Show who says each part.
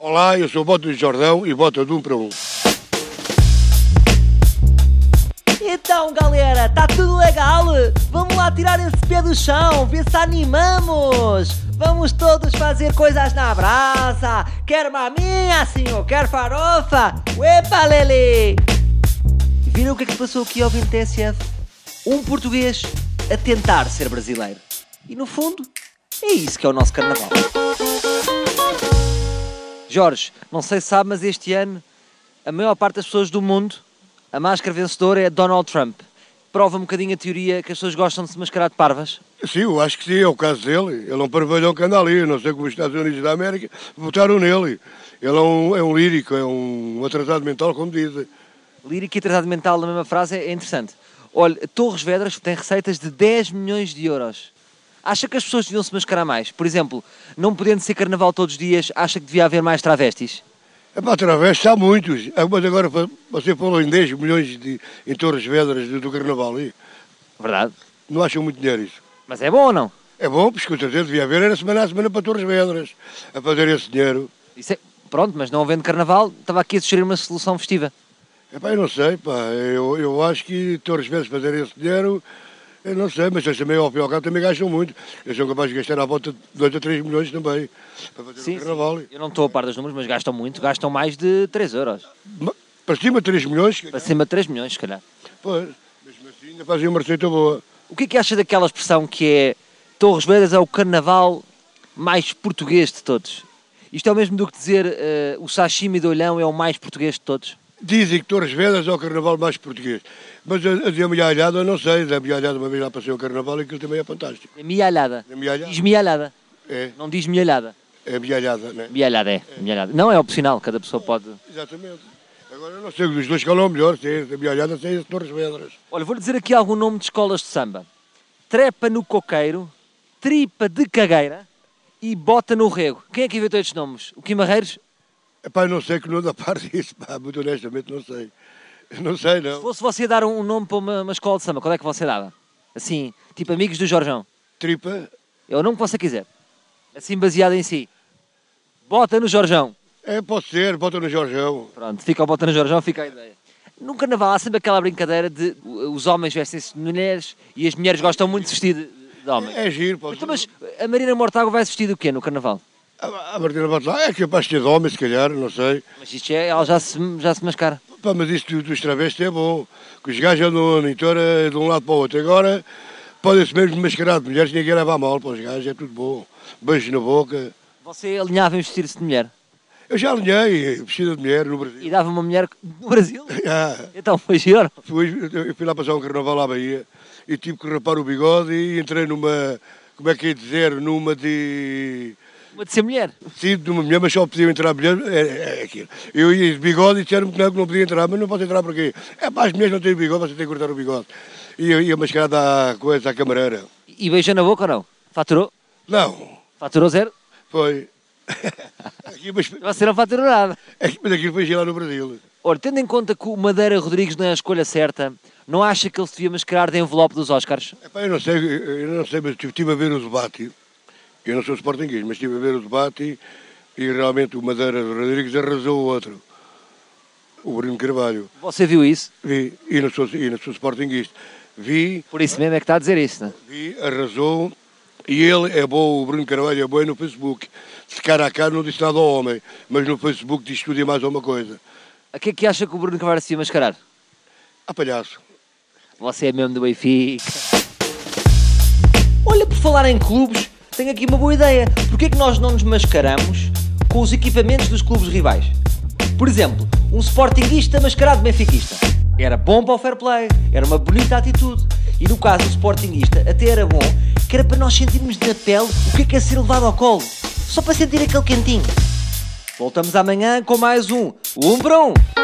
Speaker 1: lá, eu sou voto de Jordão e voto de um para um.
Speaker 2: Então, galera, tá tudo legal? Vamos lá tirar esse pé do chão, ver se animamos! Vamos todos fazer coisas na brasa! Quer maminha, senhor? Quer farofa? Uepa, Lele! Viram o que é que passou aqui ao TSF? Um português a tentar ser brasileiro. E no fundo, é isso que é o nosso carnaval. Jorge, não sei se sabe, mas este ano a maior parte das pessoas do mundo, a máscara vencedora é Donald Trump. Prova um bocadinho a teoria que as pessoas gostam de se mascarar de parvas.
Speaker 1: Sim, eu acho que sim, é o caso dele. Ele é um parvalhão que anda ali, eu não sei como os Estados Unidos da América votaram nele. Ele é um, é um lírico, é um atrasado mental, como dizem.
Speaker 2: Lírica e tratado mental na mesma frase é interessante. Olha, Torres Vedras tem receitas de 10 milhões de euros. Acha que as pessoas deviam se mascarar mais? Por exemplo, não podendo ser carnaval todos os dias, acha que devia haver mais travestis?
Speaker 1: É para através, há muitos. Ah, Mas agora fa- você falou em 10 milhões de, em Torres Vedras do, do Carnaval. E
Speaker 2: Verdade.
Speaker 1: não acham muito dinheiro isso?
Speaker 2: Mas é bom ou não?
Speaker 1: É bom, porque com certeza devia haver, era semana a semana para Torres Vedras, a fazer esse dinheiro.
Speaker 2: Isso é... Pronto, mas não havendo carnaval, estava aqui a sugerir uma solução festiva.
Speaker 1: É pá, eu não sei, pá, eu, eu acho que Torres Vedras fazer esse dinheiro, eu não sei, mas eles também, ao fim e ao cabo, também gastam muito. Eles são capazes de gastar à volta de 2 a 3 milhões também, para fazer o Carnaval.
Speaker 2: Eu não estou a par dos números, mas gastam muito, gastam mais de 3 euros.
Speaker 1: Ma- Para cima, 3 milhões,
Speaker 2: Para cima de 3 milhões, se calhar.
Speaker 1: pois, mesmo assim ainda fazem uma receita boa.
Speaker 2: O que é que acha daquela expressão que é Torres Vedras é o carnaval mais português de todos? Isto é o mesmo do que dizer eh, o sashimi de olhão é o mais português de todos?
Speaker 1: Dizem que Torres Vedras é o carnaval mais português. Mas a, a de Amealhada, eu não sei. Da Amealhada, uma vez lá passei o carnaval e aquilo também é fantástico.
Speaker 2: É mialhada.
Speaker 1: É mialhada.
Speaker 2: Diz mialhada.
Speaker 1: É,
Speaker 2: Não diz mialhada.
Speaker 1: é Amealhada, não é?
Speaker 2: Mialhada é. Mialhada. Não é opcional, cada pessoa pode...
Speaker 1: Exatamente. Agora, eu não sei dos dois qual é o melhor, se é esse da Amealhada, se é esse de Torres Vedras.
Speaker 2: Olha, vou dizer aqui algum nome de escolas de samba. Trepa no coqueiro, tripa de cagueira e bota no rego. Quem é que inventou estes nomes? O Quimarreiros?
Speaker 1: Epá, eu não sei que não dá parte disso, pá, muito honestamente não sei. Eu Não sei,
Speaker 2: Se
Speaker 1: não.
Speaker 2: fosse você dar um um nome para uma, uma escola de samba, qual é que você dava? Assim, tipo Amigos do Jorjão.
Speaker 1: Tripa,
Speaker 2: É o nome que você quiser. Assim, baseado em si. Bota no Jorjão.
Speaker 1: é, pode ser, bota no Jorjão.
Speaker 2: Pronto, fica o Bota no Jorjão, fica a ideia. No carnaval há sempre aquela brincadeira de uh, os homens vestem-se de mulheres e as mulheres gostam muito de vestir de, de homens.
Speaker 1: É giro, pode
Speaker 2: Então, mas a Marina Mortágua vai vestir do quê no carnaval?
Speaker 1: A, a Martina Batelá é capaz de ter de homem, se calhar, não sei.
Speaker 2: Mas isto é, ela já se, já se mascara.
Speaker 1: Pá, mas isto do- dos travestis é bom, que os gajos andam a monitora de um lado para o outro. Agora podem-se mesmo mascarar de mulheres, ninguém leva a mal para os gajos, é tudo bom. Beijo na boca.
Speaker 2: Você alinhava em vestir-se de mulher
Speaker 1: Eu já alinhei vestida de mulher no
Speaker 2: e
Speaker 1: Brasil.
Speaker 2: dava uma mulher no Brasil?
Speaker 1: Ah,
Speaker 2: Então foi giro. ou não?
Speaker 1: fui, eu fui lá passar um carnaval à Bahia e tive que rapar o bigode e entrei numa, como é que é dizer, numa de.
Speaker 2: Uma de ser mulher.
Speaker 1: Sim, de uma mulher, mas só podia entrar mulher, é, é aquilo. Eu ia de bigode e disseram-me que não, que não podia entrar, mas não posso entrar porquê? É para as mulheres não têm bigode, você tem que cortar o bigode. E eu ia mascarado à coisa, à camareira.
Speaker 2: E beijou na boca ou não? Faturou?
Speaker 1: Não,
Speaker 2: Faturou zero?
Speaker 1: foi. Aqui, mas,
Speaker 2: Você não faturou nada.
Speaker 1: é que- mas aquilo foi lá no Brasil.
Speaker 2: Ora, tendo em conta que o Madeira Rodrigues não é a escolha certa, não acha que ele se devia mascarar de envelope dos Oscars?
Speaker 1: Epá, eu não sei, eu não sei, mas estive, estive a ver o debate. Eu não sou sportinguista, mas estive a ver o debate e realmente o Madeira Rodrigues arrasou o outro. O Bruno Carvalho.
Speaker 2: Você viu isso?
Speaker 1: Vi, e não sou, e não sou sportinguista. Vi
Speaker 2: Por isso mesmo é que está a dizer isso, não é?
Speaker 1: Vi, arrasou. E ele é bom, o Bruno Carvalho é bom é no Facebook. De cara a cara não disse nada ao homem, mas no Facebook diz tudo e mais alguma coisa.
Speaker 2: A que é que acha que o Bruno Cavalho se ia mascarar?
Speaker 1: Ah, palhaço.
Speaker 2: Você é mesmo do Benfica. Olha, por falar em clubes, tenho aqui uma boa ideia. Porquê é que nós não nos mascaramos com os equipamentos dos clubes rivais? Por exemplo, um Sportingista mascarado de benfiquista. Era bom para o fair play, era uma bonita atitude. E no caso do Sportingista, até era bom, que era para nós sentirmos na pele o que é que é ser levado ao colo. Só para sentir aquele quentinho. Voltamos amanhã com mais um. Um para um.